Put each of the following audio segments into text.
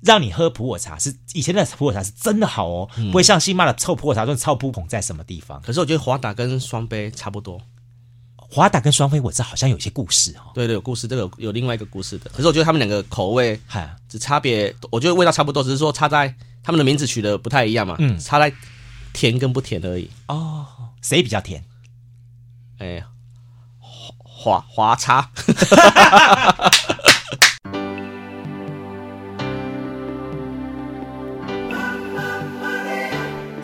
让你喝普洱茶是以前的普洱茶是真的好哦，不会像新妈的臭普洱茶，说臭扑孔在什么地方。可是我觉得华打跟双杯差不多，华达跟双飞，我知道好像有些故事哦。对对，有故事，这个有有另外一个故事的。可是我觉得他们两个口味哈，只差别，我觉得味道差不多，只是说差在他们的名字取的不太一样嘛，嗯，差在甜跟不甜而已。哦，谁比较甜？哎，华华华差，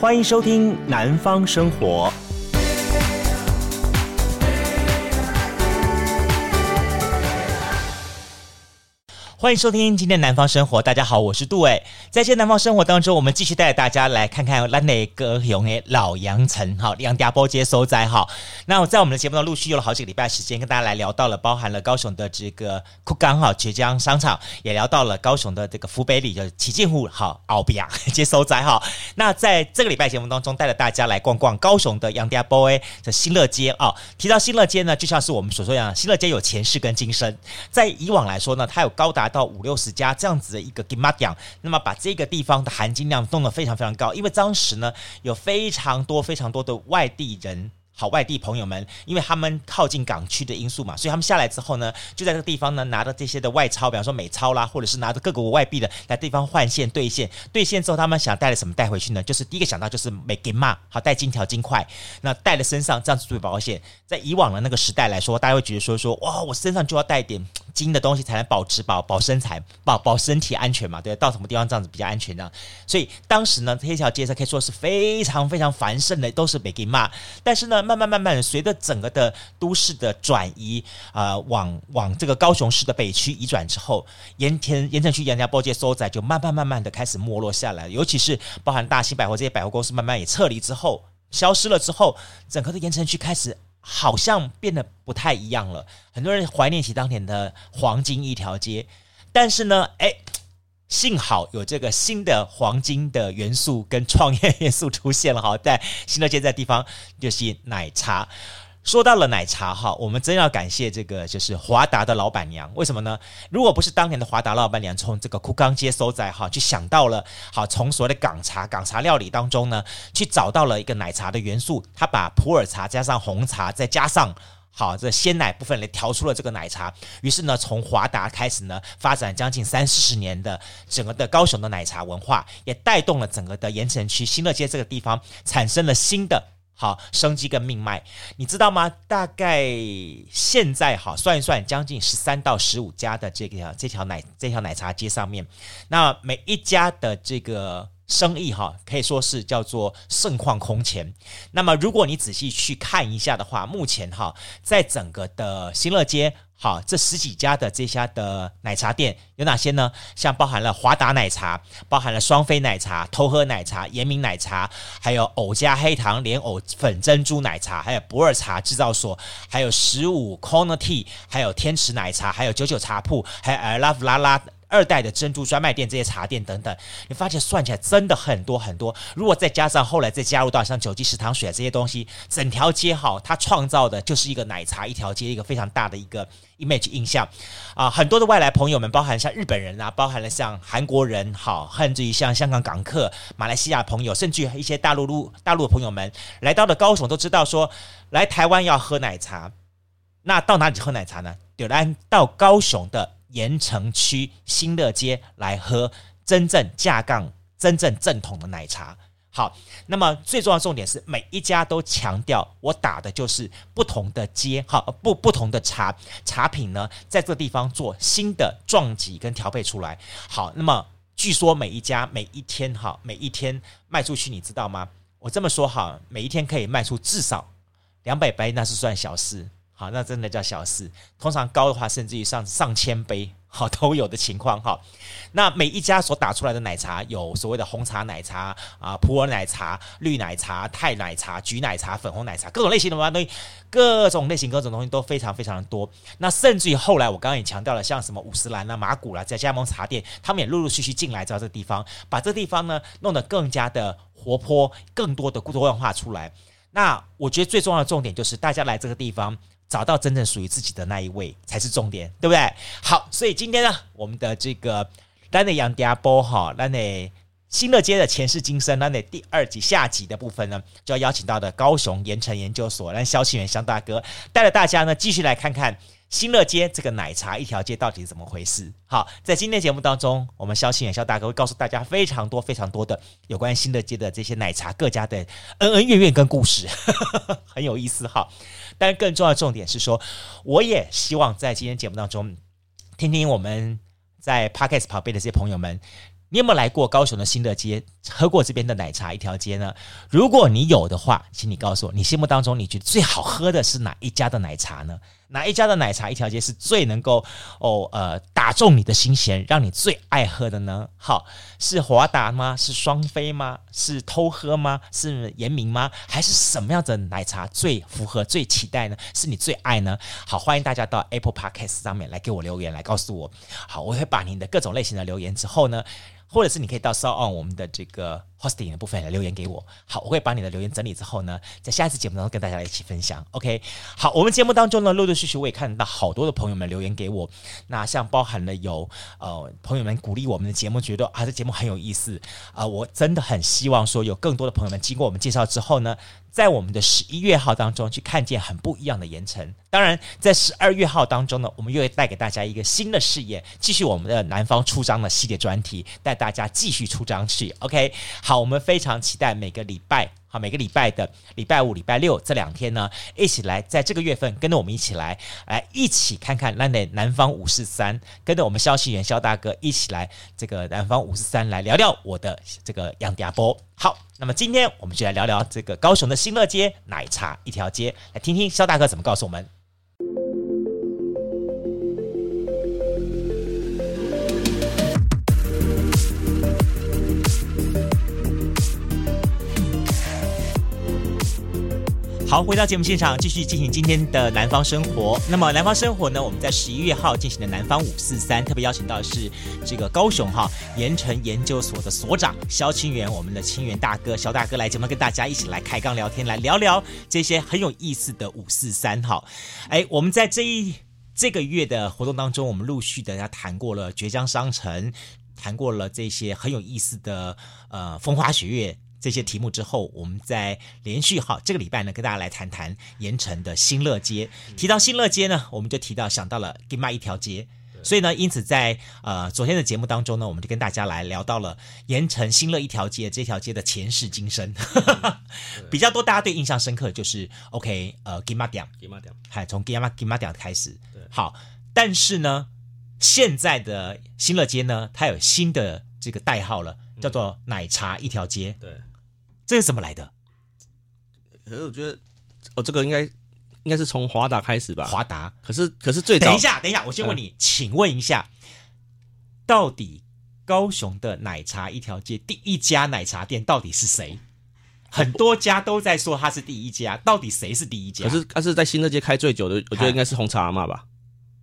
欢迎收听《南方生活》。欢迎收听今天的南方生活，大家好，我是杜伟。在今天南方生活当中，我们继续带大家来看看咱的歌雄的老杨城哈，杨家波街收灾哈。那我在我们的节目中陆续有了好几个礼拜时间，跟大家来聊到了，包含了高雄的这个库冈哈浙江商场，也聊到了高雄的这个福北里的旗舰户好奥比亚 接收灾哈。那在这个礼拜节目当中，带着大家来逛逛高雄的杨家波诶的新乐街啊、哦。提到新乐街呢，就像是我们所说一样，新乐街有前世跟今生。在以往来说呢，它有高达到五六十家这样子的一个 g i m a d a n 那么把这个地方的含金量弄得非常非常高，因为当时呢有非常多非常多的外地人。好，外地朋友们，因为他们靠近港区的因素嘛，所以他们下来之后呢，就在这个地方呢，拿着这些的外钞，比方说美钞啦，或者是拿着各国外币的来地方换现兑现，兑现之后他们想带了什么带回去呢？就是第一个想到就是美金嘛，好带金条金块，那带了身上这样子最保险。在以往的那个时代来说，大家会觉得说说哇，我身上就要带一点金的东西才能保持保保身材保保身体安全嘛，对，到什么地方这样子比较安全呢？所以当时呢，这条街上可以说是非常非常繁盛的，都是美金嘛，但是呢。慢慢慢慢地随着整个的都市的转移，啊、往往这个高雄市的北区移转之后，盐田盐城区杨家波街收窄就慢慢慢慢的开始没落下来，尤其是包含大型百货这些百货公司慢慢也撤离之后，消失了之后，整个的盐城区开始。好像变得不太一样了，很多人怀念起当年的黄金一条街，但是呢，哎、幸好有这个新的黄金的元素跟创业元素出现了哈， 在新乐街这地方就是奶茶。说到了奶茶哈，我们真要感谢这个就是华达的老板娘，为什么呢？如果不是当年的华达老板娘从这个库冈街收窄哈，就想到了好从所谓的港茶、港茶料理当中呢，去找到了一个奶茶的元素，她把普洱茶加上红茶，再加上好，这鲜奶部分来调出了这个奶茶。于是呢，从华达开始呢，发展将近三四十年的整个的高雄的奶茶文化，也带动了整个的盐城区新乐街这个地方产生了新的。好生机跟命脉，你知道吗？大概现在好算一算，将近十三到十五家的这个这条奶这条奶茶街上面，那每一家的这个生意哈，可以说是叫做盛况空前。那么，如果你仔细去看一下的话，目前哈，在整个的新乐街，好这十几家的这家的奶茶店有哪些呢？像包含了华达奶茶，包含了双飞奶茶、头喝奶茶、延明奶茶，还有藕加黑糖莲藕粉珍珠奶茶，还有博尔茶制造所，还有十五 Corner Tea，还有天池奶茶，还有九九茶铺，还有 I Love 拉拉。二代的珍珠专卖店、这些茶店等等，你发现算起来真的很多很多。如果再加上后来再加入到像九记食堂水啊这些东西，整条街好，它创造的就是一个奶茶一条街一个非常大的一个 image 印象啊、很多的外来朋友们，包含像日本人啊，包含了像韩国人，好，甚至于像香港港客、马来西亚朋友，甚至于一些大陆陆大陆的朋友们来到了高雄，都知道说来台湾要喝奶茶，那到哪里喝奶茶呢？就来到高雄的盐城区新乐街来喝真正架杠、真正正统的奶茶。好，那么最重要的重点是，每一家都强调我打的就是不同的街，好不不同的茶茶品呢，在这个地方做新的撞击跟调配出来。好，那么据说每一家每一天哈，每一天卖出去，你知道吗？我这么说哈，每一天可以卖出至少两百杯那是算小事，好，那真的叫小事。通常高的话，甚至于上上千杯，好都有的情况哈。那每一家所打出来的奶茶，有所谓的红茶奶茶啊、普洱奶茶、绿奶茶、泰奶茶、橘奶茶、粉红奶茶，各种类型的东西，各种类型、各种东西都非常非常多。那甚至于后来我刚刚也强调了，像什么五十兰啦、啊马古啦，在加盟茶店，他们也陆陆续续进来到这个地方，把这地方呢弄得更加的活泼，更多的多样化出来。那我觉得最重要的重点就是大家来这个地方。找到真正属于自己的那一位才是重点，对不对？好，所以今天呢，我们的这个咱的杨迪亚波哈，咱的新乐街的前世今生，咱的第二集下集的部分呢，就要邀请到的高雄盐城研究所，让萧庆元萧大哥带着大家呢，继续来看看新乐街这个奶茶一条街到底是怎么回事。好，在今天的节目当中，我们萧庆元萧大哥会告诉大家非常多非常多的有关新乐街的这些奶茶各家的恩恩怨怨跟故事， 很有意思哈。但更重要的重点是说，我也希望在今天节目当中，听听我们在 Podcast 旁边的这些朋友们，你有没有来过高雄的新乐街，喝过这边的奶茶一条街呢？如果你有的话，请你告诉我，你心目当中你觉得最好喝的是哪一家的奶茶呢？哪一家的奶茶一条街是最能够哦呃打中你的心弦，让你最爱喝的呢？好，是华达吗？是双飞吗？是偷喝吗？是严明吗？还是什么样的奶茶最符合、最期待呢？是你最爱呢？好，欢迎大家到 Apple Podcast 上面来给我留言，来告诉我。好，我会把你的各种类型的留言之后呢。或者是你可以到 s o on 我们的这个 hosting 的部分来留言给我。好，我会把你的留言整理之后呢，在下一次节目当中跟大家一起分享。OK，好，我们节目当中呢，陆陆续续我也看到好多的朋友们留言给我，那像包含了有呃朋友们鼓励我们的节目，觉得啊这节目很有意思啊、我真的很希望说有更多的朋友们经过我们介绍之后呢，在我们的十一月号当中去看见很不一样的盐城。当然，在十二月号当中呢，我们又会带给大家一个新的视野，继续我们的南方出张的系列专题，带大家继续出张去。OK，好，我们非常期待每个礼拜。好，每个礼拜的礼拜五、礼拜六这两天呢，一起来在这个月份跟着我们一起来，来一起看看那的南方五四三，跟着我们肖信元肖大哥一起来这个南方五四三来聊聊我的这个杨迪亚波。好，那么今天我们就来聊聊这个高雄的新乐街奶茶一条街，来听听肖大哥怎么告诉我们。好，回到节目现场，继续进行今天的南方生活。那么南方生活呢，我们在十一月号进行的南方五四三，特别邀请到的是这个高雄哈盐城研究所的所长肖清源，我们的清源大哥肖大哥来节目跟大家一起来开杠聊天，来聊聊这些很有意思的五四三哈。哎，我们在这一这个月的活动当中，我们陆续的要谈过了绝江商城，谈过了这些很有意思的呃风花雪月这些题目之后，我们再连续好这个礼拜呢，跟大家来谈谈盐城的新乐街。提到新乐街呢，我们就提到想到了给卖一条街。所以呢，因此在呃昨天的节目当中呢，我们就跟大家来聊到了盐城新乐一条街这条街的前世今生， 比较多大家对印象深刻的就是 OK 呃 g i m a d i a 给妈点，嗨，哎从 g i m a g i m a d i 开始对，好，但是呢，现在的新乐街呢，它有新的这个代号了，叫做奶茶一条街，对。这是怎么来的？可是我觉得，哦，这个应该应该是从华达开始吧？华达，可是可是最早等一下，等一下，我先问嗯你，请问一下，到底高雄的奶茶一条街第一家奶茶店到底是谁？很多家都在说它是第一家，到底谁是第一家？可是他是在新乐街开最久哎的，我觉得应该是红茶阿嬷吧，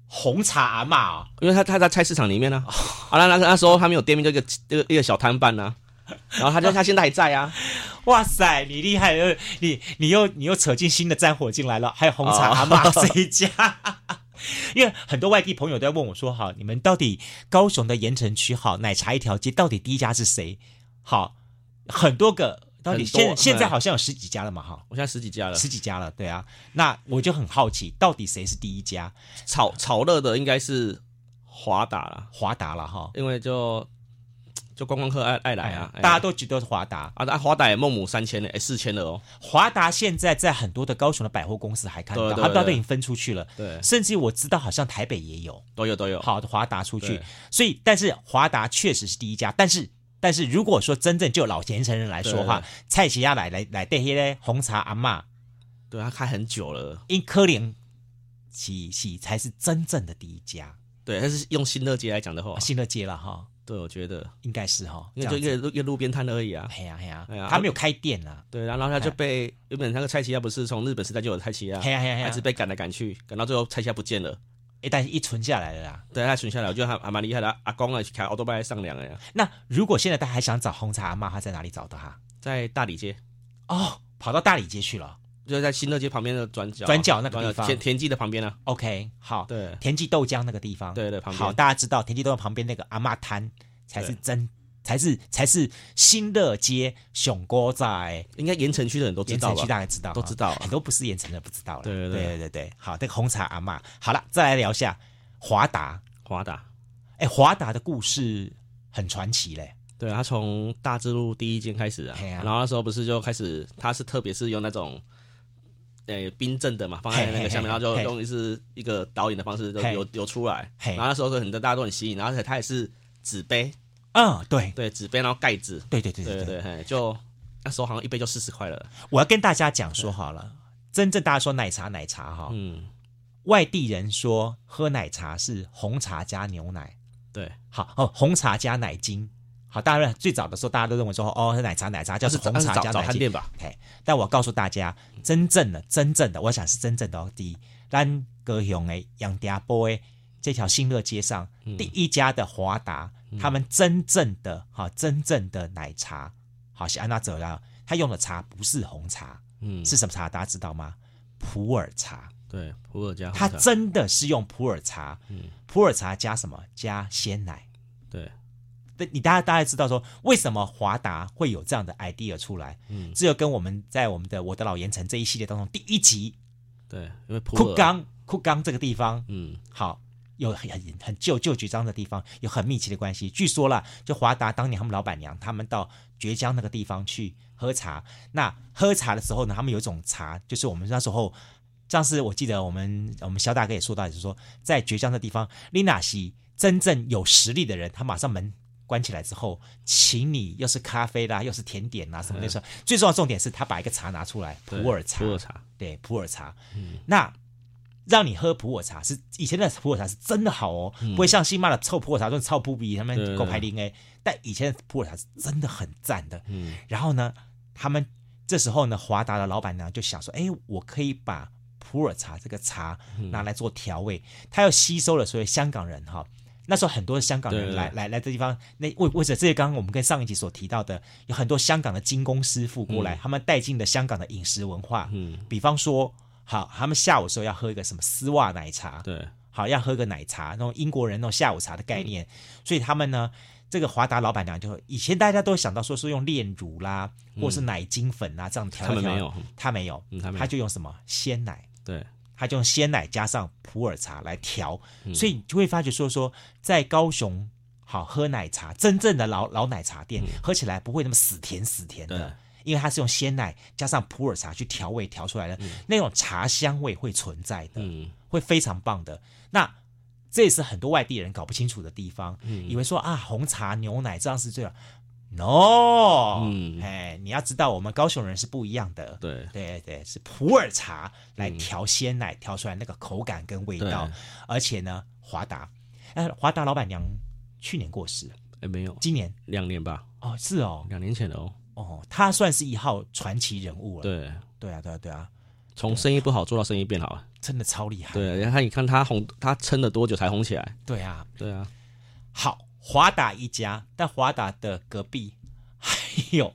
红茶阿嬷哦，因为他他在菜市场里面呢、啊。啊，那那那时候他没有店面，就一个一个一个小摊贩呐。然后他就他现在还在啊，哇塞，你厉害了！你你又你又扯进新的战火进来了，还有红哦茶阿妈 这一家。因为很多外地朋友都在问我说：“好，你们到底高雄的盐城区好奶茶一条街到底第一家是谁？”好，很多个，到底很多现现在对好像有十几家了嘛？哈，我现在十几家了。十几家了，对啊。那我就很好奇，到底谁是第一家？炒炒热的应该是华达啦，华达了哈，因为就就观光客爱爱来啊，哎大家都觉得是华达。啊啊华达也孟母三迁了，哎四千了哦，华达现在在很多的高雄的百货公司还看到，对对他不知道都对已经分出去了，对，甚至我知道好像台北也有。都有都有。好的华达出去对，所以但是华达确实是第一家，但是但是如果说真正就老虔诚人来说话对，蔡奇亚来来来带些红茶阿嬷对他开很久了，因科林起起才是真正的第一家，对，但是用新乐街来讲的话啊、，新乐街了哈，对，我觉得应该是哈，因为就这样子一个路一个路边摊而已啊。嘿呀嘿呀哎呀，他没有开店啊，对，然后然后他就被原本那个蔡奇亚不是从日本时代就有蔡奇亚，嘿呀嘿呀嘿他呀一直，被赶来赶去，赶到最后蔡奇亚不见了，哎，但是一存下来了啦。对，他存下来，我觉得还还蛮厉害的。阿公啊，去开奥多拜上梁了呀，那如果现在他还想找红茶阿嬷，他在哪里找到他？在大理街，哦，跑到大理街去了。就是在新乐街旁边的转角，转角那个地方田田记的旁边啊， OK，好，对田记豆浆那个地方，对对旁边好，大家知道田记豆浆旁边那个阿嬷摊，才是对真，才是才是新乐街熊锅仔。应该盐城区的人都知盐道城区吧？大家知道，都知道啊很多不是盐城的不知道了。对对对对对对对好，那个红茶阿嬷，好了，再来聊一下华达。华达，哎，华达的故事很传奇嘞，对他从大智路第一间开始啊，嘿啊然后那时候不是就开始，他是特别是用那种。呃，冰镇的嘛，放在那个下嘿嘿面，嘿然后就嘿用是一个导演的方式就嘿流流出来，嘿然后那时候很多大家都很吸引，然后他也是纸杯，嗯，对啊对，纸杯然后盖子，对对对对对对对，对，嘿就那时候好像一杯就四十块了，我要跟大家讲说好了，真正大家说奶茶奶茶哈，嗯，外地人说喝奶茶是红茶加牛奶，对，好哦，红茶加奶精。好，当然最早的时候，大家都认为说，哦，喝奶茶奶茶叫那是是红那是茶早加早奶餐精，店吧，嘿，但我告诉大家，真正的、真正的，我想是真正的哦。第一，咱高雄的杨家波的这条新乐街上、嗯第一家的华达，他们真正的哈、真正的奶茶，好是安娜走啦，他用的茶不是红茶，嗯，是什么茶？大家知道吗？普洱茶，对，普洱加它红茶嗯真的是用普洱茶，普洱茶加什么？加鲜奶。对，对你大家大概知道说，为什么华达会有这样的 idea 出来？嗯，这就跟我们在我们的《我的老盐城》这一系列当中，第一集对，因为普库洱，冈库冈这个地方，嗯，好有很很很旧旧局章的地方有很密切的关系。据说啦，就华达当年他们老板娘他们到绝江那个地方去喝茶，那喝茶的时候呢，他们有一种茶，就是我们那时候。上次我记得我们我们肖大哥也说到，就是说在绝江的地方，丽娜西真正有实力的人，他马上门关起来之后，请你又是咖啡啦，又是甜点啦什么的。说、最重要的重点是他把一个茶拿出来，哎对普洱茶，嗯普洱茶，对普洱茶，那让你喝普洱茶是以前的普洱茶是真的好哦，不会像新妈的臭普洱茶，就是臭扑鼻，他嗯对们对狗排零哎，但以前的普洱茶是真的很赞的。嗯然后呢，他们这时候呢，华达的老板娘就想说，哎，我可以把普洱茶这个茶嗯拿来做调味，他又吸收了所有香港人哈。那时候很多香港人对对来来来这地方，那为为着这些，刚刚我们跟上一集所提到的，有很多香港的精工师傅过来，他们带进了香港的饮食文化，嗯，比方说，好，他们下午的时候要喝一个什么丝袜奶茶，对，好，要喝个奶茶，那种英国人那种下午茶的概嗯念，所以他们呢，这个华达老板娘就以前大家都想到说是用炼乳啦，或是奶精粉啦这样调嗯他一们调，没有，他没有，嗯他没有就用什么鲜奶，对，他就用鲜奶加上普洱茶来调，嗯所以你就会发觉说说在高雄。好喝奶茶，真正的老老奶茶店、喝起来不会那么死甜死甜的嗯对，因为它是用鲜奶加上普洱茶去调味调出来的，那种茶香味会存在的，嗯，会非常棒的。那这也是很多外地人搞不清楚的地方，嗯以为说啊红茶牛奶这样是最好。No，嗯哎，你要知道我们高雄人是不一样的。对，嗯对对，是普洱茶来调鲜奶，调出来那个口感跟味道对，而且呢，华达，呃，华达老板娘去年过世，哎，没有，今年两年吧，哦是哦两年前了哦，哦，她算是一号传奇人物了。对，对啊，对啊，对啊，从生意不好做到生意变好啊，真的超厉害。对，然后你看他红，他撑了多久才红起来？对啊，对啊，好，华达一家，但华达的隔壁还有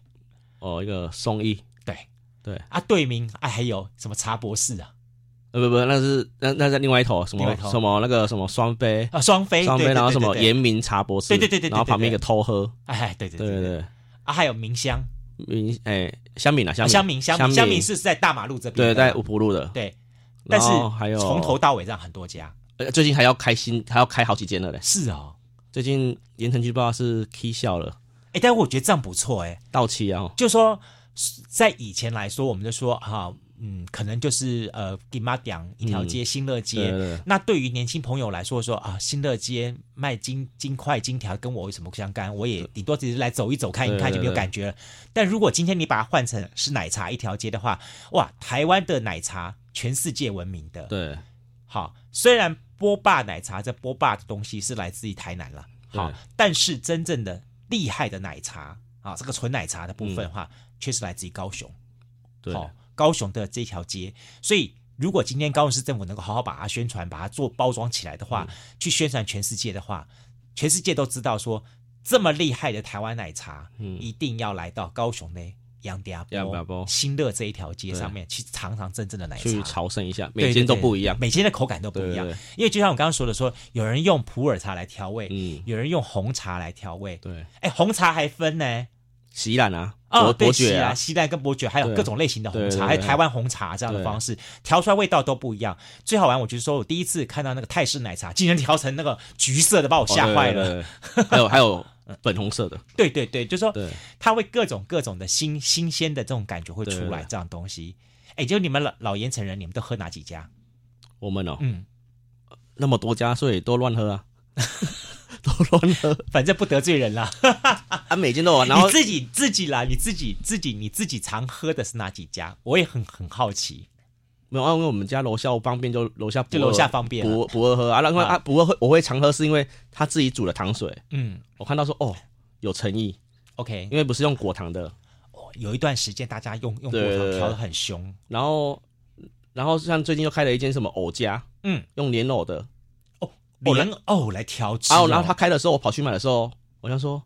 哦，一个松一，对对，啊，对名啊，还有什么茶博士啊，呃不不，那是那那在另外一头什另外么一头什么那个什么双飞，啊，双飞，双对飞，对然后对什么对对严明茶博士，对对对对对然后旁边一对个偷喝，哎，对对对对对对，对，啊，还有明香，明哎香米啊啊香香米明香香明香明米是在大马路这边对的，在五浦路的，对，但然是后还有从头到尾让很多家，呃最近还要开新，还要开好几间了嘞。是哦，最近盐城区不知道是 K 笑了，哎，但我觉得这样不错哎，到期啊，哦就说在以前来说，我们就说哈、嗯，可能就是呃，给妈讲一条街、新乐街。嗯对对对那对于年轻朋友来说说啊，新乐街卖金金块金条跟我有什么相干？我也顶多只是来走一走看一看对对就没有感觉了。但如果今天你把它换成是奶茶一条街的话，哇，台湾的奶茶全世界闻名的。对好，虽然波霸奶茶这波霸的东西是来自于台南了，好对，但是真正的厉害的奶茶啊，这个纯奶茶的部分的嗯话，确实来自于高雄，对好，高雄的这条街，所以。如果今天高雄市政府能够好好把它宣传，把它做包装起来的嗯话，去宣传全世界的话，全世界都知道说这么厉害的台湾奶茶，一定要来到高雄呢杨嗲嗯杨嗲波波新乐这一条街上面去尝尝真正的奶茶，去朝圣一下，对每间都对对不一样。每间的口感都不一样。对对对因为就像我刚刚说的说有人用普洱茶来调味，嗯有人用红茶来调味。对，哎，红茶还分呢、喜兰啊，哦，伯对，伯西爵兰、啊，西兰跟伯爵，还有对各种类型的红对茶，对还有对台湾红茶这样的方式，调出来味道都不一样。最好玩，我就是说我第一次看到那个泰式奶茶，竟然调成那个橘色的，把我吓坏了。了。哦对对对还有 还有粉红色的，对对对，就说对它会各种各种的新新鲜的这种感觉会出对来，对这样东西。哎，就你们老老盐城人，你们都喝哪几 家？我们哦嗯，那么多家，所以都乱喝啊， 都乱喝 反正不得罪人啦。啊，每间都有。然后你自己自己啦，你自己自己你自己常喝的是哪几家？我也很很好奇。没有，啊因为我们家楼下方便，就楼下就不二楼下方便啊不不二喝啊。然后啊啊，不二喝我会常喝，是因为他自己煮的糖水，嗯我看到说哦有诚意， ，OK，因为不是用果糖的。哦有一段时间大家用用果对糖对对调的很凶。然后然后像最近又开了一间什么藕家，嗯，用莲藕的。哦莲藕来调制然哦、后然后他开的时候，我跑去买的时候，我想说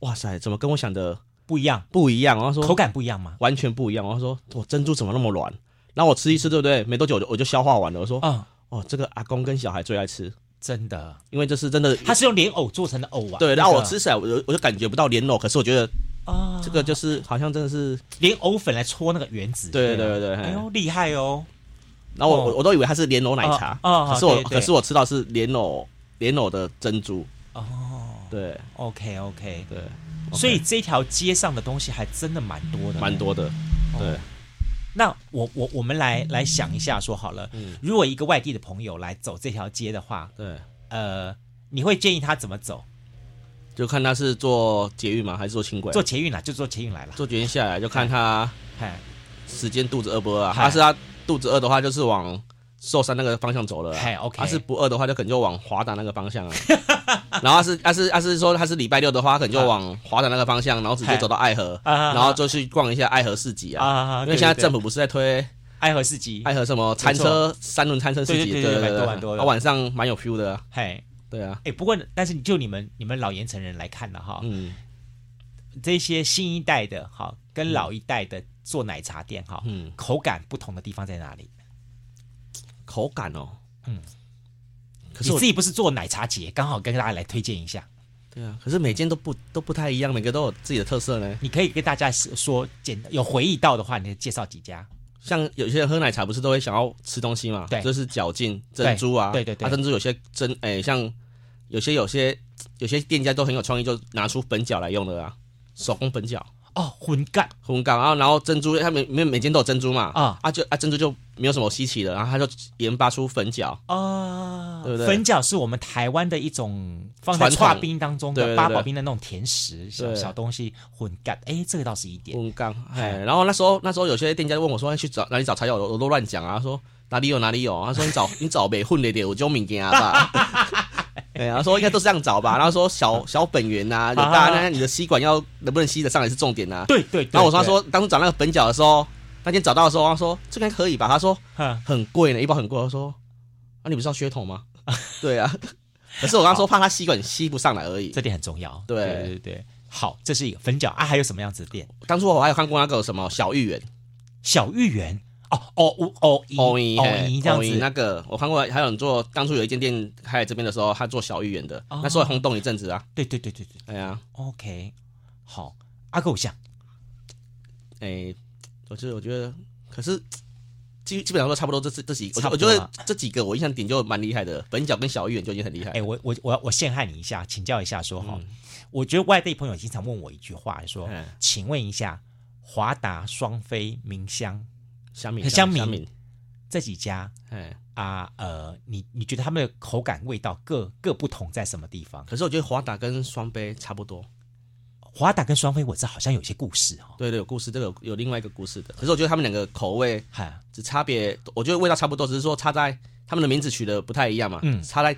哇塞，怎么跟我想的不一样，不一样？然后说口感不一样吗？完全不一样。我说我珍珠怎么那么软？然后我吃一吃，对不对？没多久我就我就消化完了。我说啊、哦，这个阿公跟小孩最爱吃，真的，因为这是真的。它是用莲藕做成的藕啊。对，那然后个我吃起来，我就我就感觉不到莲藕，可是我觉得啊，这个就是好像真的是，莲藕粉来搓那个原子。对吧对对对哎呦厉害哦！然后我哦我我都以为它是莲藕奶茶，哦哦可是我对对可是我吃到是莲藕莲藕的珍珠，哦对，OK OK，对，所以这条街上的东西还真的蛮多的，蛮。多的，哦对，那我我我们来来想一下，说好了，如果一个外地的朋友来走这条街的话，对，呃，你会建议他怎么走？就看他是坐捷运吗，还是坐轻轨？坐捷运啦，就坐捷运来了。坐捷运下来就看他哎，时间肚子饿不饿啊？嗨他是他肚子饿的话，就是往寿山那个方向走了啊。嗨，OK 他是不饿的话，就可能就往华达那个方向啊。 然后他是他是他是说他是礼拜六的话，可能就往华达那个方向，然后直接走到爱河，嗨啊啊啊然后就去逛一下爱河市集啊啊。啊啊因为现在对对对政府不是在推爱河市集，爱河什么餐车三轮餐车市集，对对对对蛮多蛮多的啊晚上蛮有 feel 的啊，嘿，对啊，哎，不过但是就你们你们老盐城人来看的哈，嗯这些新一代的哈跟老一代的做奶茶店哈，嗯，口感不同的地方在哪里？口感哦，嗯嗯，可你是我自己不是做奶茶节，刚好跟大家来推荐一下，对啊，可是每间都不都不太一样，每个都有自己的特色呢。你可以跟大家说简有回忆到的话，你介绍几家。像有些人喝奶茶不是都会想要吃东西嘛？对就是嚼劲珍珠啊，对对对啊珍珠有些珍哎、像有些有些有些店家都很有创意，就拿出粉饺来用的啊，手工粉饺。哦，混干烘干，然后然后珍珠，他每每每间都有珍珠嘛，啊啊就啊珍珠就没有什么稀奇的，然后他就研发出粉饺，啊，哦对不对粉饺是我们台湾的一种放在传统刨冰当中对的对对八宝冰的那种甜食小对小东西混干，哎，这个倒是一点。烘 干，哎，然后那时候那时候有些店家就问我说哎去找哪里找材料，我我都乱讲啊，说哪里有哪里有，他说你找 你找北混的点，我就敏感吧。 对啊，说应该都是这样找吧。然后说小 小本源呐、有啊大那你的吸管要能不能吸得上也是重点呐、啊对对，对然后我说他，对说当初找那个本饺的时候，那天找到的时候，他说这个应该可以吧？他说哼很贵呢，一包很贵。我说啊，你不是要血统吗？ 对啊，可是我刚刚说怕他吸管吸不上来而已。这点很重要。对对对对，好，这是一个粉饺啊，还有什么样子的店？当初我还有看过那个什么小芋圆，小芋圆哦哦哦哦一藕泥，哦嘿一这样藕泥子，那个我看过，还有人做，当初有一间店开来这边的时候，他做小芋圆的，哦那时候也轰动一阵子啊。对对对对对哎呀， ，OK，好，阿狗像哎，我觉得，我觉得，可是基基本上说差不多这，这这几，我差不觉我多觉啦得这几个我印象点就蛮厉害的，本角跟小芋圆就已经很厉害哎、。我我我要我陷害你一下，请教一下说哈、我觉得外地朋友经常问我一句话说，嗯请问一下，华达、双飞、明香香米，香米香米，这几家哎，啊，呃，你你觉得他们的口感、味道各各不同在什么地方？可是我觉得华达跟双杯差不多。华达跟双飞，我知道好像有些故事哦，对对，有故事，这个有有另外一个故事的。可是我觉得他们两个口味哈，只差别，我觉得味道差不多，只是说差在他们的名字取得不太一样嘛，嗯差在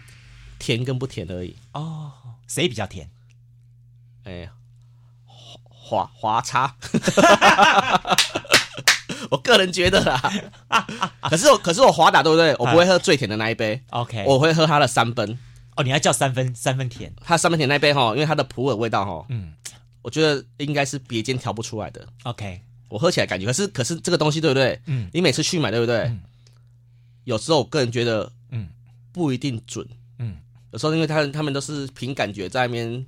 甜跟不甜而已。哦，谁比较甜？哎，华华华差， 我个人觉得啦。可是我可是我华打对不哎对？我不会喝最甜的那一杯， OK，我会喝它的三分。哦，你要叫三分三分甜，它三分甜那一杯哈，因为它的普洱味道哈，嗯我觉得应该是别间调不出来的。 ，OK，我喝起来感觉，可是可是这个东西对不对？嗯你每次去买对不对？嗯有时候我个人觉得嗯不一定准，嗯，有时候因为他们他们都是凭感觉在那边，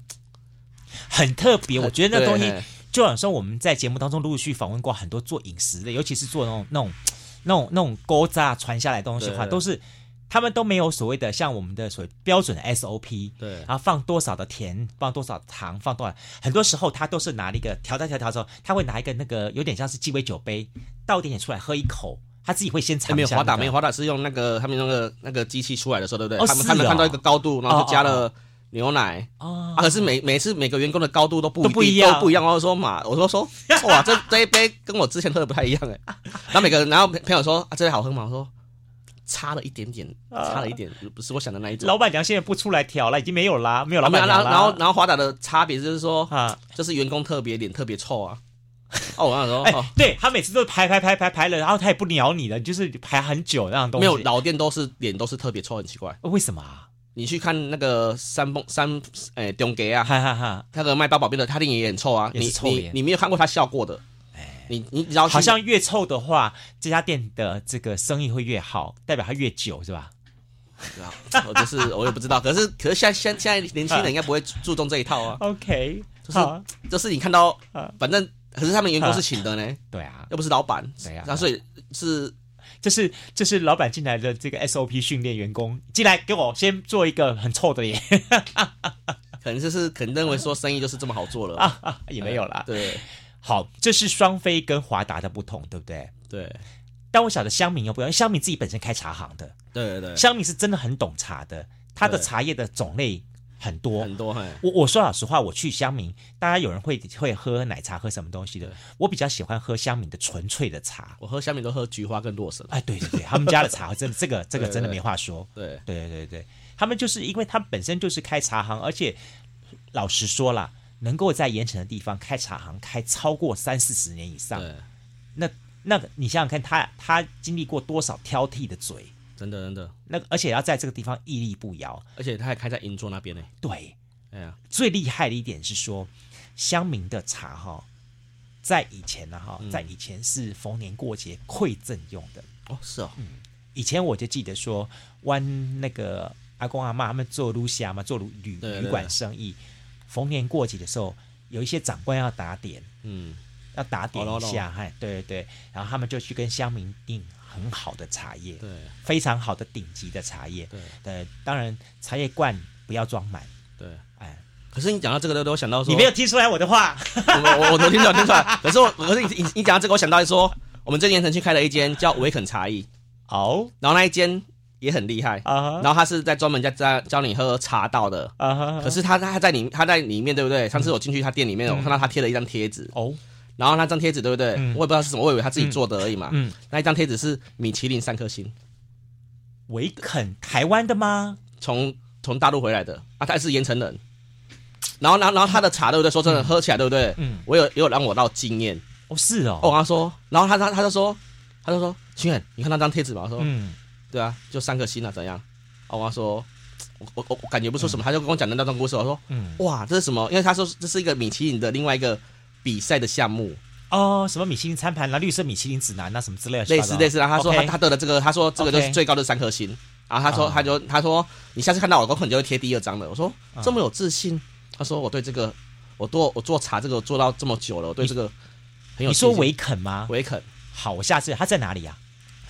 很特别。我觉得那东西对就好像我们在节目当中陆续访问过很多做饮食的，尤其是做那种那种那种那种勾炸传下来的东西的话，对都是他们都没有所谓的像我们的所谓标准的 SOP。对然后放多少的甜，放多少糖，放多少，很多时候他都是拿了一个调调调调之后，他会拿一个那个有点像是鸡尾酒杯，倒一点点出来喝一口，他自己会先尝一哎下、没有滑打，没有，滑打是用那个他们那个那个机器出来的时候，对不对？哦他们是他们哦看到一个高度，然后哦就加哦了牛奶。哦啊，可是每每次每个员工的高度都不都不一一样都不一样。然后说嘛，我 说说，哇，这这一杯跟我之前喝的不太一样哎。 然后每个人，然后朋友说啊，这杯好喝吗？我说差了一点点，差了一点，不是我想的那一种。啊老板娘现在不出来调了，已经没有啦，没有老然后板然娘后啦。然后然后华达的差别就是说，啊，就是员工特别脸特别臭啊。哦，我想说，哎、哦，对他每次都排排排排排了，然后他也不鸟你了，就是排很久那样东西。没有老店都是脸都是特别臭，很奇怪。为什么啊？你去看那个三蹦三哎中街啊，哈哈哈，那个卖八宝冰的，他脸也很臭啊。也是你臭你脸哎你没有看过他笑过的，你你只要去好像越臭的话，这家店的这个生意会越好，代表它越久是吧？对啊， 我就是我也不知道，可是可是现在现现在年轻人应该不会注重这一 套啊， OK，就是好，就是你看到啊，反正可是他们员工是请 的呢，对啊，又不是老板，对啊那所以是这是这是老板进来的这个 SOP 训练员工进来给我先做一个很臭的脸 可能就是可能认为说生意就是这么好做了，啊，也没有啦。对好，这是双飞跟华达的不同，对不对？对但我晓得香民又不一样，香民自己本身开茶行的，对对香民是真的很懂茶的，他的对茶叶的种类很对，多。很多嘿，我我说老实话，我去香民，大家有人会会喝奶茶，喝什么东西的？我比较喜欢喝香民的纯粹的茶。我喝下面都喝菊花跟洛神，哎，对对对，他们家的茶 真的这个这个对真的对没话说。对对对对，他们就是因为他们本身就是开茶行，而且老实说啦，能够在盐城的地方开茶行开超过三四十年以上，对，那那个你想想看他，他经历过多少挑剔的嘴，真的真的，那个而且要在这个地方屹立不摇。而且他还开在银座那边呢，对，哎呀，最厉害的一点是说，乡民的茶哈，在以前呢、嗯哈，在以前是逢年过节馈赠用的。哦是哦，以前我就记得说，湾那个阿公阿妈他们做撸虾嘛，做旅旅对对旅馆生意，逢年过节的时候，有一些长官要打点，嗯，要打点哦一懂下，嗨、对对对，然后他们就去跟乡民订很好的茶叶，对非常好的顶级的茶叶，对对，当然茶叶罐不要装满，对。哎，可是你讲到这个，对不对？我想到说，你没有听出来我的话，我我我都听出来，听出来。可是我，可是你你你讲到这个，我想到说，我们这年曾去开了一间叫维肯茶艺，哦然后那一间也很厉害，啊然哈后他是在专门在在教你喝茶道的。啊嗯哈，可是他他在里他在里面对不对？上次我进去他店里面，我看到他贴了一张贴纸，哦，然后那张贴纸对不对？我也嗯不知道是什么，我以为他自己做的而已嘛。嗯，那一张贴纸是米其林三颗星，维肯台湾的吗？从从大陆回来的啊，他也是盐城人。然后然后然后他的茶对不对？说真的，喝起来对不对？嗯我有也有让我到惊艳。哦是哦，我哦，跟他说，然后他他他就说，他就说，亲远，你看那张贴纸吗？我说，嗯对啊，就三颗星啊，怎样？哦，我跟他说，我我我我感觉不出什么，他就跟我讲的那段故事，我说，嗯，哇，这是什么？因为他说这是一个米其林的另外一个比赛的项目，哦什么米其林餐盘啦，绿色米其林指南啦，什么之类的，类似类似啊。他说他 OK 他得了这个，他说这个就是 OK 最高的三颗星。然后他说啊啊他就他说你下次看到我，我可能就会贴第二张了。我说这么有自信，他说我对这个我做我做茶这个做到这么久了，我对这个很有你信心。说维肯吗？维肯好，我下次他在哪里啊？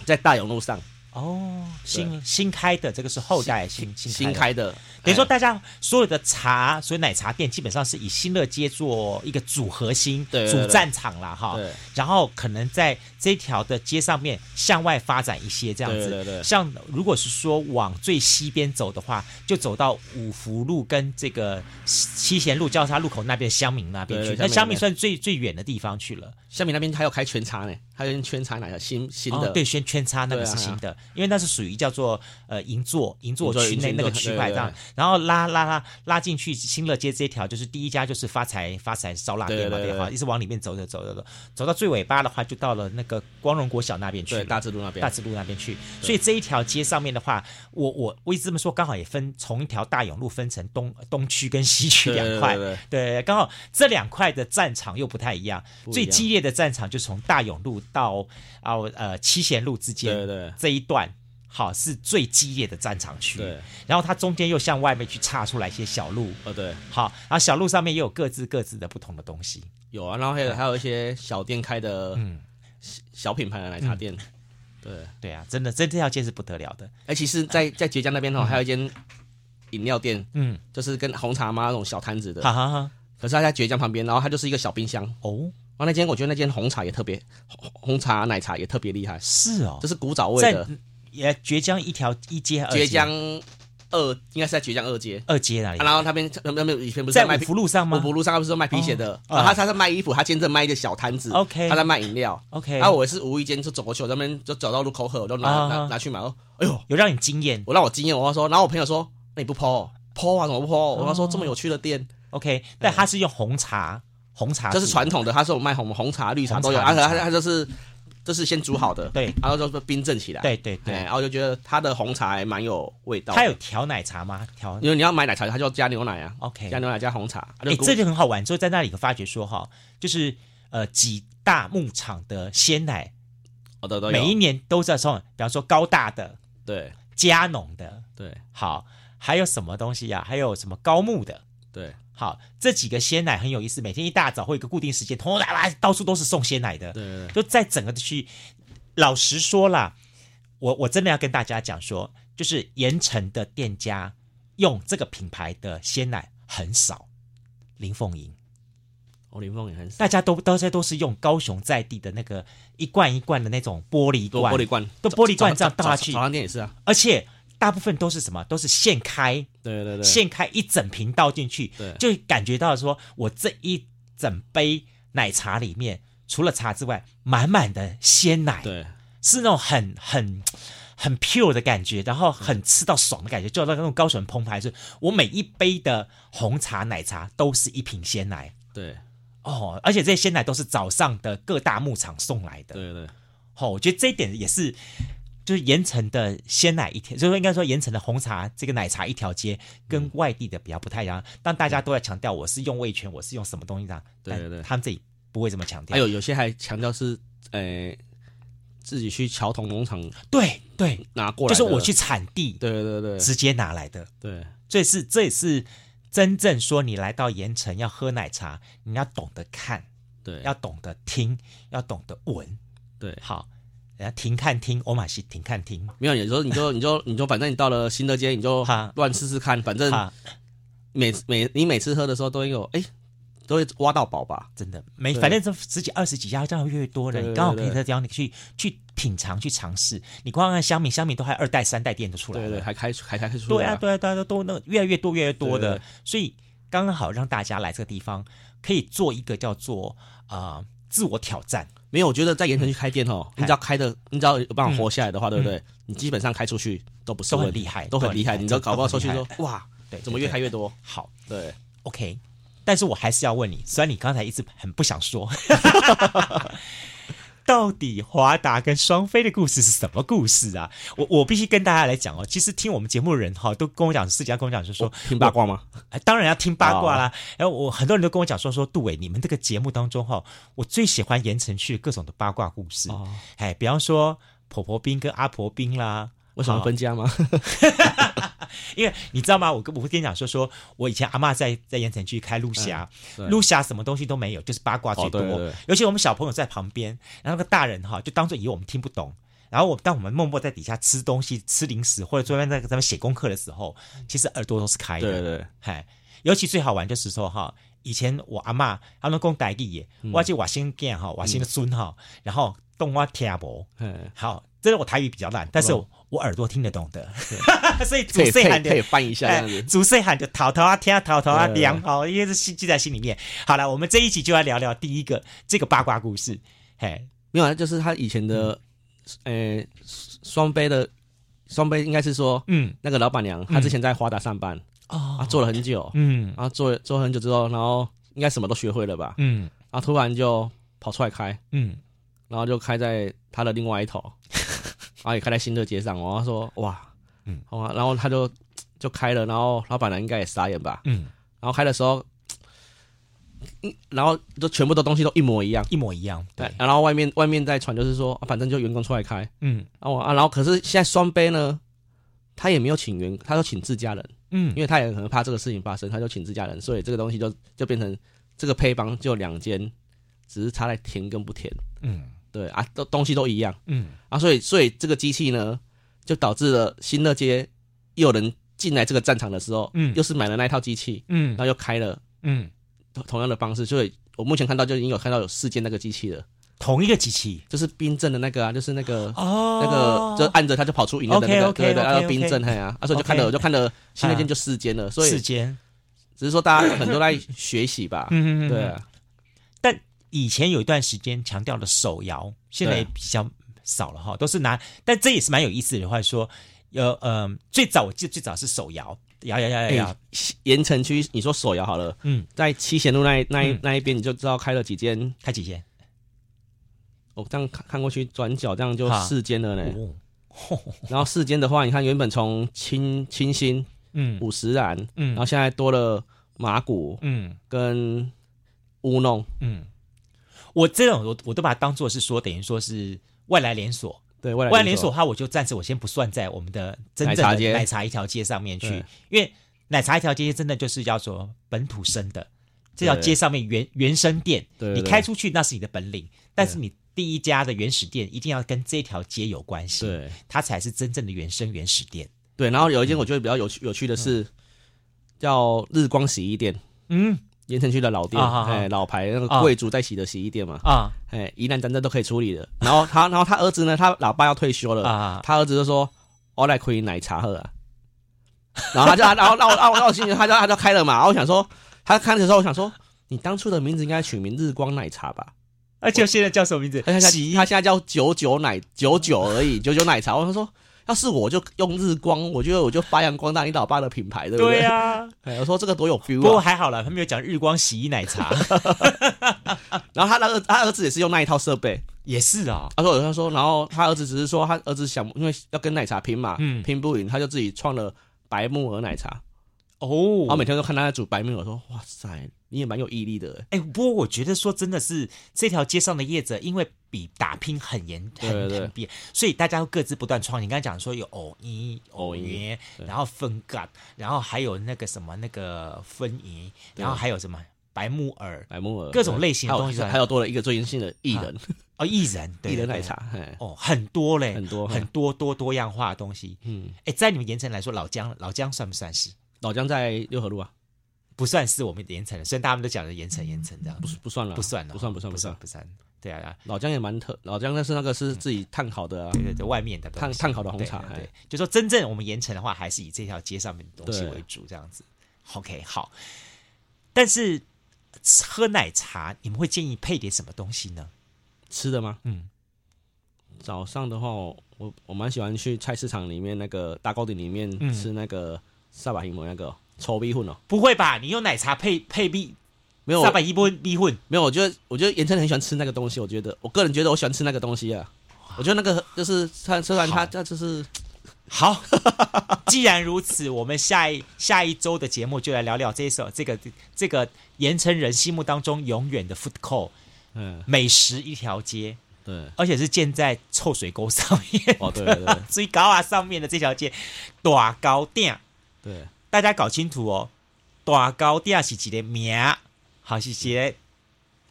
在大勇路上。哦，新新开的，这个是后代新新新的。开的，等于说，哎大家所有的茶，所有奶茶店基本上是以新乐街做一个主核心、对对主对战场啦，哈对。然后可能在这条的街上面向外发展一些这样子。对对对像如果是说往最西边走的话，就走到五福路跟这个七贤路交叉路口那边的乡民那边对去对，那乡乡民民那边算最最远的地方去了。下面那边还有开全茶呢，还有一间圈茶奶茶新新哦的，对，圈圈叉那个对啊是对啊新的，因为那是属于叫做呃银座银座银座区银座内那个银座区对块对这样对，然后拉拉拉拉进去新乐街这一条，就是第一家就是发财发财烧腊对店嘛，对对对，好，对一直往里面走走走走走，走到最尾巴的话，就到了那个光荣国小那边去对了。大智路那边大。智路那边去，所以这一条街上面的话，我我我一直这么说，刚好也分从一条大涌路分成东东区跟西区对对两块对对， 对，刚好这两块的战场又不太一样，不一样最激烈的战场就从大涌路到啊呃七贤路之间，对对这一段。好是最激烈的战场区，对，然后它中间又向外面去岔出来一些小路，哦对，好，然后小路上面也有各自各自的不同的东西，有啊，然后还有还有一些小店开的嗯小小品牌的奶茶店，对。对啊，真的，这这条街是不得了的，哎，其实，在在浙江那边哦，还有一间饮料店，嗯，就是跟红茶妈那种小摊子的，哈哈哈，可是它在浙江旁边，然后它就是一个小冰箱。哦，然后那间我觉得那间红茶也特别，红红茶奶茶也特别厉害，是哦这，是古早味在呃的。也绝江一条一街还是二街，浙江二应该是在浙江二街，二街那里啊，然后那边那边以前不是哎在卖五皮福路上五吗福路上，他不是卖皮鞋的，哦然后他他是卖衣服，他兼着卖一个小摊子 OK 他在卖饮料。 ？OK，然后啊我也是无意间就走过去，我在那边就走到路口喝，我就拿啊拿拿去买，哦，哎呦，有让你惊艳我让我惊艳，我说，然后我朋友说，那你不剖剖啊，怎么不剖？哦我跟他说这么有趣的店， ，OK，但它是用红茶，红茶嗯这是煮传统的，他说我卖红红茶、绿茶红茶都有，而啊绿且茶他他就是就是先煮好的，对然后就是冰镇起来，对对哎，对，然后就觉得他的红茶还蛮有味道的，它有调奶茶吗？调因为你要买奶茶，他就加牛奶啊 OK，加哎、牛奶加红茶，啊就诶跟这就很好玩。就在那里有发觉说哈，就是呃几大牧场的鲜奶，哦都都有每一年都在送，比方说高大的、对佳农的，对好，还有什么东西呀、还有什么高牧的。对好，这几个鲜奶很有意思，每天一大早会有一个固定时间，通通啦啦，到处都是送鲜奶的。对对，就在整个的区域，老实说啦，我我真的要跟大家讲说，就是盐城的店家用这个品牌的鲜奶很少，林凤营哦林凤也很少，大家都大家都是用高雄在地的那个一罐一罐的那种玻璃多罐，玻璃罐，都玻璃罐这早样倒下去早早早餐店也是啊，而且大部分都是什么？都是现开，对对对，现开一整瓶倒进去对，就感觉到说我这一整杯奶茶里面。除了茶之外，满满的鲜奶，对是那种很很很 pure 的感觉，然后很吃到爽的感觉，就那种高雄澎湃是，我每一杯的红茶奶茶都是一瓶鲜奶对哦，而且这些鲜奶都是早上的各大牧场送来的，对对哦，我觉得这一点也是。就是盐城的鲜奶一条，就是说应该说盐城的红茶这个奶茶一条街跟外地的比较不太一样，但大家都在强调我是用味全，我是用什么东西的，对对对哎但他们这里不会这么强调。还有有些还强调是，呃，自己去桥头农场对对，拿过就来，是我去，产地对对对对直接拿来的。对这是这也是真正说你来到盐城要喝奶茶，你要懂得看，对，要懂得听，要懂得闻。对，好，人家停看听，我马西停看听。没有，有时候你就 你就你就反正你到了新乐街你就哈乱试试看，反正哈，每每你每次喝的时候都会有哎。都会挖到宝吧？真的没，对反正这十几二十几家这样越多了，对你刚好对可以对在这样你去去品尝去尝试。你光看香米，香米都还有二代三代店都出来对了。对，还开还开出对来啊，啊，对啊，对啊，都那越来越多，越来越多的，对对所以刚刚好让大家来这个地方，可以做一个叫做啊、呃自我挑战。没有，我觉得在盐城去开店嗯哦，你只要开的，你只要有办法活下来的话，对不对？你基本上开出去都不是都很问题厉害都都很很厉害。厉害你知道搞不好出去都很说厉哇，对，怎么越对开越多？好对， ？OK，但是我还是要问你，虽然你刚才一直很不想说， 到底华达跟双飞的故事是什么故事啊？我我必须跟大家来讲哦，其实听我们节目的人哈、都跟我讲，私底下跟我讲，就说听八卦吗？哎，当然要听八卦啦。然后我很多人都跟我讲说说，杜伟，你们这个节目当中哈，我最喜欢言承旭各种的八卦故事。哦哎，比方说婆婆兵跟阿婆兵啦，为什么分家吗？因为你知道吗？我跟我会跟你讲说说，我以前阿嬷在在盐城区开路霞，嗯对路霞什么东西都没有，就是八卦最多。 哦对对对尤其我们小朋友在旁边，然后那个大人哈，就当做以为我们听不懂。然后我当我们默默在底下吃东西、吃零食，或者专门在咱们写功课的时候，其实耳朵都是开的。对对嗨，尤其最好玩就是说哈，以前我阿嬷她们讲台语的，嗯我就我先囝哈，我先孙哈，然后动我听无。对，嗯好，真的我台语比较烂，但是我我耳朵听得懂的， 所以可主以可细以喊可以的。翻一下这样子。主细喊就淘淘啊听啊淘淘啊对凉哦，因为是记记在心里面。好了，我们这一集就要聊聊第一个这个八卦故事。嘿，没有，啊，就是他以前的，呃，双杯的双杯应该是说嗯那个老板娘，她之前在华达上班，啊，哦，做了很久，嗯然后做了做了很久之后，然后应该什么都学会了吧，嗯然后突然就跑出来开，嗯，然后就开在他的另 外一头，然后也开在新乐街上。我他说哇，嗯嗯，好啊，然后他就就开了，然后老板娘应该也傻眼吧。嗯，然后开的时候，嗯然后就全部的东西都一模一样。一模一样，对，然后外面外面在传就是说，啊反正就员工出来开，嗯然后我啊，然后可是现在双杯呢，他也没有请员，他就请自家人，嗯因为他也可能怕这个事情发生，他就请自家人，所以这个东西就就变成这个配方就两间，只是差在甜跟不甜，嗯对啊，都东西都一样。嗯啊，所以所以这个机器呢，就导致了新乐街又有人进来这个战场的时候，嗯又是买了那一套机器，嗯然后又开了嗯，同同样的方式，所以我目前看到就已经有看到有四件那个机器了，同一个机器就是冰镇的那个啊，就是那个。哦那个就按着它就跑出饮料的那个， OK，OK，对对对，还 OK，OK 有冰镇嘿啊，啊，所以就看了， OK 我就看了新乐街就四间了，所以世间，只是说大家很多在学习吧，嗯对啊，以前有一段时间强调的手摇，现在也对比较少了哈，都是拿，但这也是蛮有意思的。话说，呃呃，最早我记得最早是手摇，摇摇摇摇摇哎，，盐城区你说手摇好了，嗯，在七贤路那一那一嗯那一边你就知道开了几间开几间？我这样看看过去，转角这样就哈四间了呢。 哦，吼然后四间的话，你看原本从清清新、嗯五十岚，然嗯后现在多了马古嗯跟乌弄，嗯，我这种我我都把它当做是说，等于说是外来连锁。对，未来外来连锁的话，我就暂时我先不算在我们的真正奶茶的街奶茶一条街上面去对，因为奶茶一条街真的就是叫做本土生的，这条对街上面原原生店，对对你对开出去那是你的本领，但是你第一家的原始店一定要跟这条街有关系，对它才是真正的原生原始店。对。然后有一嗯间我觉得比较有趣有趣的是叫日光洗衣店，嗯盐城区的老店，啊啊啊哎，老牌那个啊贵族在洗的洗衣店嘛，啊哎，疑难杂症都可以处理的。然后他，然后他儿子呢，他老爸要退休了，啊他儿子就说：“我来以奶茶喝啊。”然后他就，然后，然后，然后，然后，心里他就他就开了嘛。然后我想说，他开的时候，我想说，你当初的名字应该取名日光奶茶吧？而且现在叫什么名字而且他？洗衣他现在叫九九奶九九而 已，九九奶茶。我想说，要是我就用日光，我觉得我就发扬光大你老爸的品牌，对不对对？呀、啊，哎我说这个多有 feel 不啊过！还好了，他没有讲日光洗衣奶茶， 然后他的儿他儿子也是用那一套设备，也是啊、他说：“他说，然后他儿子只是说，他儿子想，因为要跟奶茶拼嘛，嗯拼不赢，他就自己创了白木耳奶茶。哦，然后每天都看他在煮白木耳，说：哇塞，你也蛮有毅力的欸。哎、不过我觉得说真的是这条街上的业者，因为比打拼很严很对对很憋，所以大家会各自不断创。你刚才讲说有藕泥、藕藕泥泥，对然后分干，然后还有那个什么那个分银，对然后还有什么白木耳白木耳各种类型的还有东西都有还有多了一个最新兴的艺人，哦，薏仁对艺人对奶对茶，嘿哦，很多嘞，很多很多多多样化的东西。嗯，哎，在你们盐城来说，老姜老姜算不算是？老姜在六合路啊，不算是我们盐城的，虽然大家都讲的盐城盐城这样，不不算了，不算了，不算，不算，不不算算。不算，对啊对啊。老姜也蛮特，老姜那是那个嗯是自己烫好的啊，对对对，外面的东烫西烫烤的红对茶对哎对，就说真正我们盐城的话，还是以这条街上面的东西对为主，这样子。OK，好。但是喝奶茶，你们会建议配点什么东西呢？吃的吗？嗯，早上的话，我我我蛮喜欢去菜市场里面那个大糕点里面嗯吃那个萨巴ฮิ姆那个臭逼混哦，不会吧？你用奶茶配配蜜，没有沙巴一波蜜混，没有，我觉得我觉得严琛很喜欢吃那个东西，我觉得我个人觉得我喜欢吃那个东西啊。我觉得那个就是他，虽然好他他就是好，既然如此，我们下一下一周的节目就来聊聊这一首这个这个盐城人心目当中永远的 food call 嗯美食一条街，对而且是建在臭水沟上面。哦对对对最高啊上面的这条街，大高店，对大家搞清楚哦，大高店是一个名，好是一个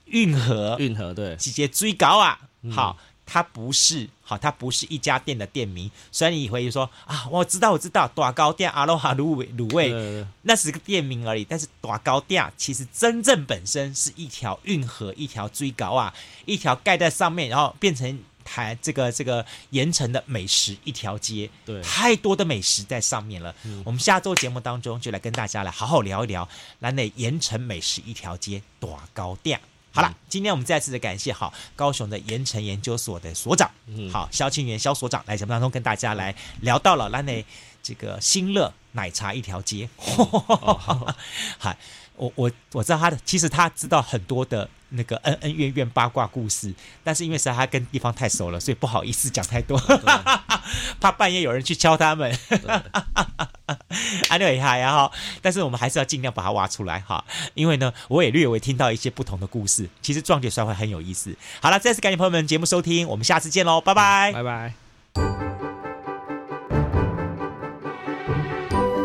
运河，运河嗯对是一个最高啊，好。它不是好，它不是一家店的店名。虽然你会说啊，我知道，我知道，大高店阿罗哈卤味卤对味，对那只是个店名而已。但是大高店其实真正本身是一条运河，一条追高啊，一条盖在上面，然后变成台这个这个盐城的美食一条街，对太多的美食在上面了。我们下周节目当中就来跟大家来好好聊一聊，来那盐城美食一条街大高店。好了，今天我们再次的感谢好高雄的盐城研究所的所长，嗯好萧庆元萧所长来节目当中跟大家来聊到了咱的这个新乐奶茶一条街， 嗨。我我我知道他的，其实他知道很多的那个恩恩怨怨八卦故事，但是因为实在他跟地方太熟了，所以不好意思讲太多，怕半夜有人去敲他们。 安利一下呀哈，但是我们还是要尽量把它挖出来哈，因为呢，我也略微听到一些不同的故事，其实撞绝摔坏很有意思。好了，再次感谢朋友们节目收听，我们下次见喽，拜拜。拜拜。